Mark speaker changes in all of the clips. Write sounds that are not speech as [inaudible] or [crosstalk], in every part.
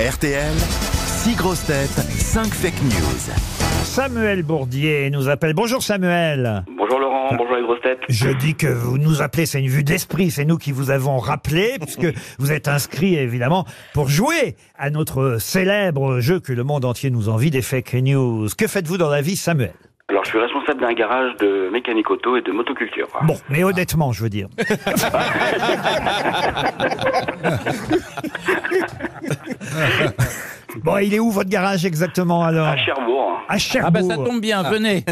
Speaker 1: RTL, 6 grosses têtes, 5 fake news.
Speaker 2: Samuel Bourdier nous appelle. Bonjour Samuel.
Speaker 3: Bonjour Laurent, bonjour les grosses têtes.
Speaker 2: Je dis que vous nous appelez, c'est une vue d'esprit, c'est nous qui vous avons rappelé, [laughs] puisque vous êtes inscrit évidemment pour jouer à notre célèbre jeu que le monde entier nous envie des fake news. Que faites-vous dans la vie Samuel
Speaker 3: Alors je suis responsable d'un garage de mécanique auto et de motoculture.
Speaker 2: Bon, mais honnêtement, je veux dire. Bon, il est où votre garage exactement alors
Speaker 3: À Cherbourg. hein.
Speaker 2: [laughs] À Cherbourg.
Speaker 4: Ah ben ça tombe bien, venez.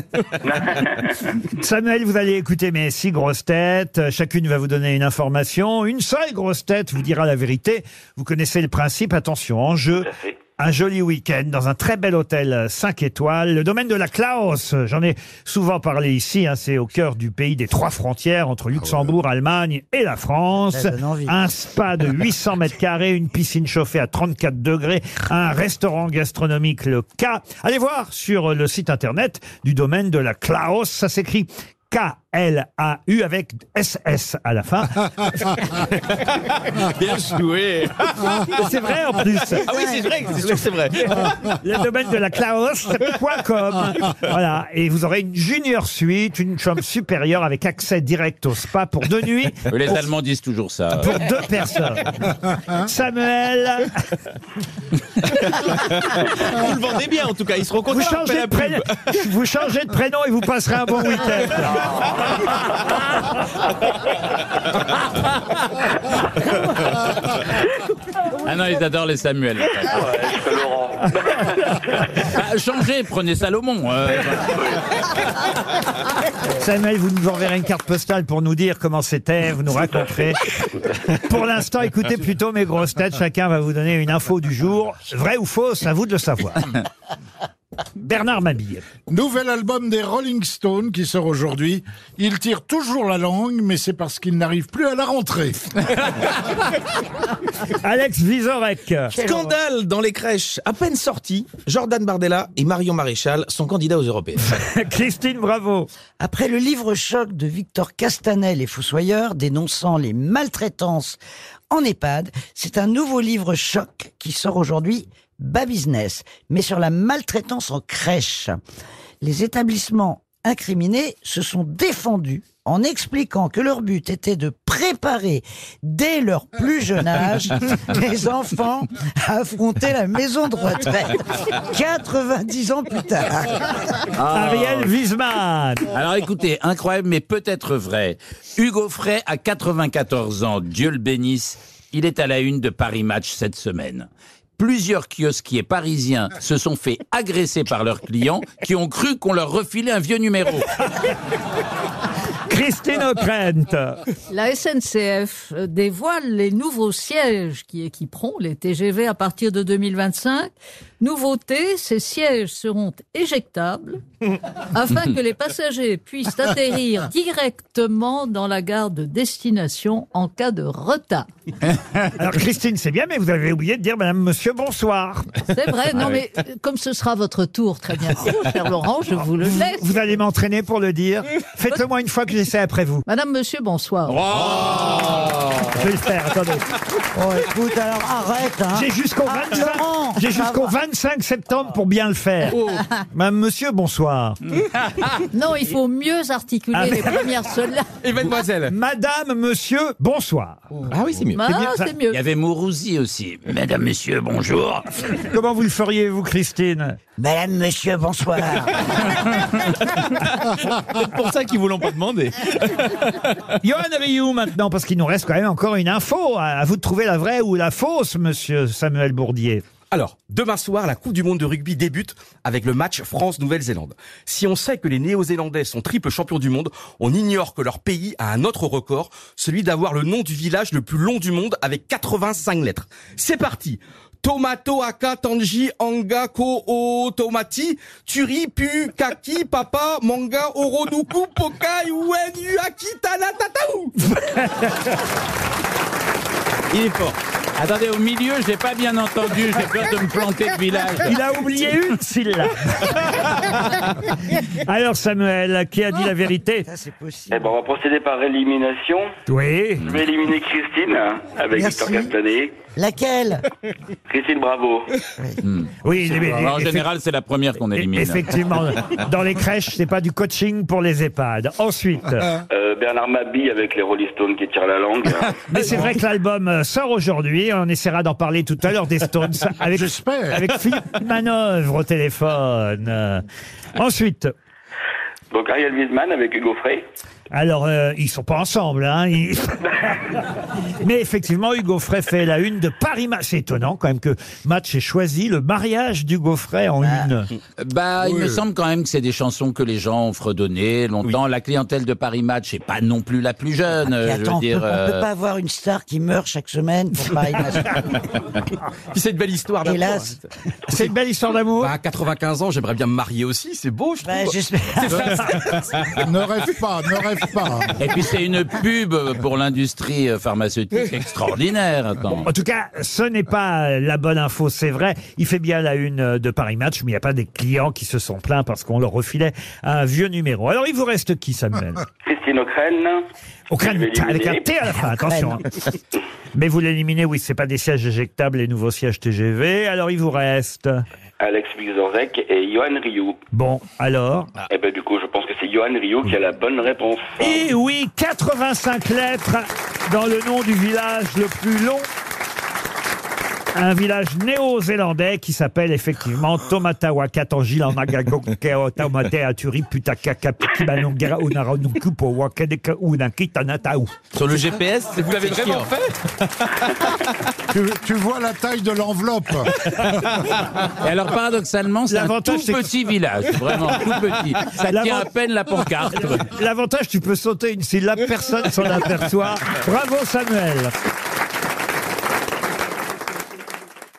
Speaker 2: Samuel, vous allez écouter mes six grosses têtes. Chacune va vous donner une information. Une seule grosse tête vous dira la vérité. Vous connaissez le principe. Attention, en jeu.
Speaker 3: à fait.
Speaker 2: Un joli week-end dans un très bel hôtel 5 étoiles, le domaine de la Klaus. euh, J'en ai souvent parlé ici. hein, C'est au cœur du pays des trois frontières entre Luxembourg, Allemagne et la France.
Speaker 5: donne envie.
Speaker 2: Un spa de 800 mètres carrés, une piscine chauffée à 34 degrés, un restaurant gastronomique, le K. Allez voir sur euh, le site internet du domaine de la Klaus. Ça s'écrit K-L-A-U avec S-S à la fin.
Speaker 4: Bien joué.
Speaker 2: C'est vrai en plus.
Speaker 4: Ah oui, c'est vrai, c'est sûr que c'est vrai.
Speaker 2: Le domaine de la Klaus.com. Voilà. Et vous aurez une junior suite, une chambre supérieure avec accès direct au spa pour deux nuits,
Speaker 4: Les Allemands disent toujours ça.
Speaker 2: pour deux personnes. Samuel,
Speaker 4: Vous le vendez bien en tout cas, ils seront contents.
Speaker 2: vous changez, de prénom, vous changez de prénom et vous passerez un bon week-end.
Speaker 4: Ah non, ils adorent les Samuel.
Speaker 3: Est-ce que Laurent
Speaker 4: Ah, changez, prenez Salomon. euh,
Speaker 2: Samuel, vous nous enverrez une carte postale pour nous dire comment c'était, vous nous raconterez. Pour l'instant, écoutez plutôt mes grosses têtes. Chacun va vous donner une info du jour. Vrai ou fausse, à vous de le savoir. Bernard Mabille.
Speaker 6: Nouvel album des Rolling Stones qui sort aujourd'hui. Ils tirent toujours la langue, mais c'est parce qu'ils n'arrivent plus à la rentrer.
Speaker 2: Alex Vizorek.
Speaker 7: Scandale dans les crèches. À peine sorti, Jordan Bardella et Marion Maréchal sont candidats aux européennes.
Speaker 2: Christine Bravo.
Speaker 5: Après le livre choc de Victor Castanet, Les Fossoyeurs, dénonçant les maltraitances en EHPAD, c'est un nouveau livre choc qui sort aujourd'hui, Bas Business, mais sur la maltraitance en crèche. Les établissements incriminés se sont défendus en expliquant que leur but était de préparer dès leur plus jeune âge les enfants à affronter la maison de retraite 90 ans plus tard. Ah.
Speaker 2: Ariel Wiesman.
Speaker 4: Alors écoutez, incroyable mais peut-être vrai. Hugo Frey a 94 ans, Dieu le bénisse. Il est à la une de Paris Match cette semaine. Plusieurs kiosquiers parisiens se sont fait agresser par leurs clients qui ont cru qu'on leur refilait un vieux numéro.
Speaker 2: Christine O'Krent.
Speaker 8: La SNCF euh, dévoile les nouveaux sièges qui équiperont les TGV à partir de 2025. Nouveauté, ces sièges seront
Speaker 2: [laughs]
Speaker 8: éjectables afin que les passagers puissent
Speaker 2: [laughs]
Speaker 8: atterrir directement dans la gare de destination en cas de retard.
Speaker 2: Alors Christine, c'est bien, mais vous avez oublié de dire Madame Monsieur bonsoir.
Speaker 8: C'est vrai,
Speaker 2: Ah
Speaker 8: non mais euh, comme ce sera votre tour très
Speaker 2: [laughs]
Speaker 8: bientôt, cher Laurent, je vous le laisse.
Speaker 2: Vous allez m'entraîner pour le dire. Faites-le moi une fois que j'essaie après vous.
Speaker 8: Madame, monsieur, bonsoir.
Speaker 2: Je vais le faire, attendez.
Speaker 5: Oh, écoute, alors arrête, hein.
Speaker 2: J'ai jusqu'au
Speaker 5: Ah,
Speaker 2: 25,
Speaker 5: Laurent,
Speaker 2: j'ai
Speaker 5: ça
Speaker 2: jusqu'au
Speaker 5: va. Oh.
Speaker 2: 25 septembre pour bien le faire. Madame Monsieur, bonsoir.
Speaker 8: Non, il faut mieux articuler
Speaker 2: Ah, mais-
Speaker 8: les premières syllabes.
Speaker 4: Et mademoiselle
Speaker 2: Madame, Monsieur, bonsoir.
Speaker 7: Ah oui, c'est mieux.
Speaker 8: Ah,
Speaker 2: bien ça.
Speaker 8: c'est mieux.
Speaker 4: Il y avait Mourouzi aussi. Mesdames, messieurs, bonjour.
Speaker 2: Comment vous le feriez, vous, Christine
Speaker 5: Madame, monsieur, bonsoir.
Speaker 4: C'est pour ça qu'ils ne vous l'ont pas demandé.
Speaker 2: Johan Rioux, maintenant, parce qu'il nous reste quand même encore une info. À à vous de trouver la vraie ou la fausse, Monsieur Samuel Bourdier.
Speaker 9: Alors, demain soir, la Coupe du Monde de rugby débute avec le match France-Nouvelle-Zélande. Si on sait que les Néo-Zélandais sont triple champions du monde, on ignore que leur pays a un autre record, celui d'avoir le nom du village le plus long du monde avec 85 lettres. C'est parti Tomato, Aka, Tanji, Anga, Ko, O, Tomati, Turi, Pu, Kaki, Papa, Manga, Oroduku, Pokai, Uen, Yuaki, Tana, Tataou
Speaker 4: Il est fort. Attendez, au milieu, j'ai pas bien entendu, j'ai peur de me planter de village.
Speaker 2: Il a oublié une syllabe. Alors Samuel, qui a dit la vérité
Speaker 5: Ça, c'est
Speaker 3: Eh
Speaker 5: possible.
Speaker 3: ben, on va procéder par élimination.
Speaker 2: Oui.
Speaker 3: Je vais éliminer Christine hein, avec
Speaker 5: Merci.
Speaker 3: Victor Castanet.
Speaker 5: Laquelle
Speaker 3: Christine,
Speaker 2: [laughs]
Speaker 3: bravo.
Speaker 2: Oui, mais-
Speaker 4: Alors, en
Speaker 2: effe-
Speaker 4: général, c'est la première qu'on élimine.
Speaker 2: Effectivement, dans les crèches, c'est pas du coaching pour les EHPAD. Ensuite,
Speaker 3: Euh, Bernard Mabille avec les Rolling Stones qui tirent
Speaker 2: [laughs]
Speaker 3: la langue.
Speaker 2: mais c'est vrai que l'album euh, sort aujourd'hui. On essaiera d'en parler tout à l'heure des Stones avec,
Speaker 6: J'espère.
Speaker 2: avec Philippe Manœuvre au téléphone. Euh, Ensuite,
Speaker 3: Donc Ariel Wiesman avec Hugo Frey.
Speaker 2: alors euh, ils sont pas ensemble, hein. ils- mais effectivement, Hugo Frey fait la une de Paris Match. C'est étonnant quand même que Match ait choisi le mariage d'Hugo Frey en une.
Speaker 4: Bah, il me semble quand même que c'est des chansons que les gens ont fredonnées longtemps. La clientèle de Paris Match n'est pas non plus la plus jeune.
Speaker 5: Et
Speaker 4: euh, je
Speaker 5: attends,
Speaker 4: veux
Speaker 5: on
Speaker 4: dire.
Speaker 5: peut, on peut
Speaker 4: euh,
Speaker 5: pas avoir une star qui meurt chaque
Speaker 7: [laughs]
Speaker 5: semaine pour Paris Match.
Speaker 9: Puis [laughs] c'est une belle histoire d'amour.
Speaker 5: Hélas.
Speaker 2: C'est une belle histoire d'amour.
Speaker 9: Bah, à 95 ans, j'aimerais bien me marier aussi, c'est beau, je trouve.
Speaker 5: Bah, j'espère.
Speaker 6: [laughs] Ne rêve pas, ne rêve pas.
Speaker 4: euh. Et puis c'est une pub pour l'industrie euh, pharmaceutique extraordinaire. Attends.
Speaker 2: En tout cas, ce n'est pas la bonne info, c'est vrai. Il fait bien la une euh, de Paris Match, mais il n'y a pas des clients qui se sont plaints parce qu'on leur refilait un vieux numéro. Alors, il vous reste qui,
Speaker 3: [laughs]
Speaker 2: Samuel
Speaker 3: Christine O'Crane.
Speaker 2: Aucun,
Speaker 3: Je vais l'éliminer.
Speaker 2: avec un T à la fin, attention. hein. Mais vous l'éliminez, oui, c'est pas des sièges éjectables, les nouveaux sièges TGV. Alors, il vous reste...
Speaker 3: Alex Wizorzek et Johan Rioux.
Speaker 2: Bon, alors...
Speaker 3: Eh ben du coup, je pense que c'est Johan Rioux qui a la bonne réponse.
Speaker 2: Ah. Et oui, 85 lettres dans le nom du village le plus long. Un village néo-zélandais qui s'appelle effectivement Tomatawa Katangila Magagokeo Taumatea Turi Putakaka Pikibanongera Unaranunkupo Wakadeka Unakitanataou.
Speaker 4: Sur le GPS, vous l'avez vraiment fait
Speaker 6: tu, tu vois la taille de l'enveloppe.
Speaker 4: hein Et alors paradoxalement, c'est un tout
Speaker 2: L'avantage, c'est que-
Speaker 4: petit village, vraiment tout petit. Ça tient
Speaker 2: L'avant-
Speaker 4: à peine la pancarte.
Speaker 2: L'avantage, tu peux sauter une syllabe, personne s'en aperçoit. Bravo Samuel.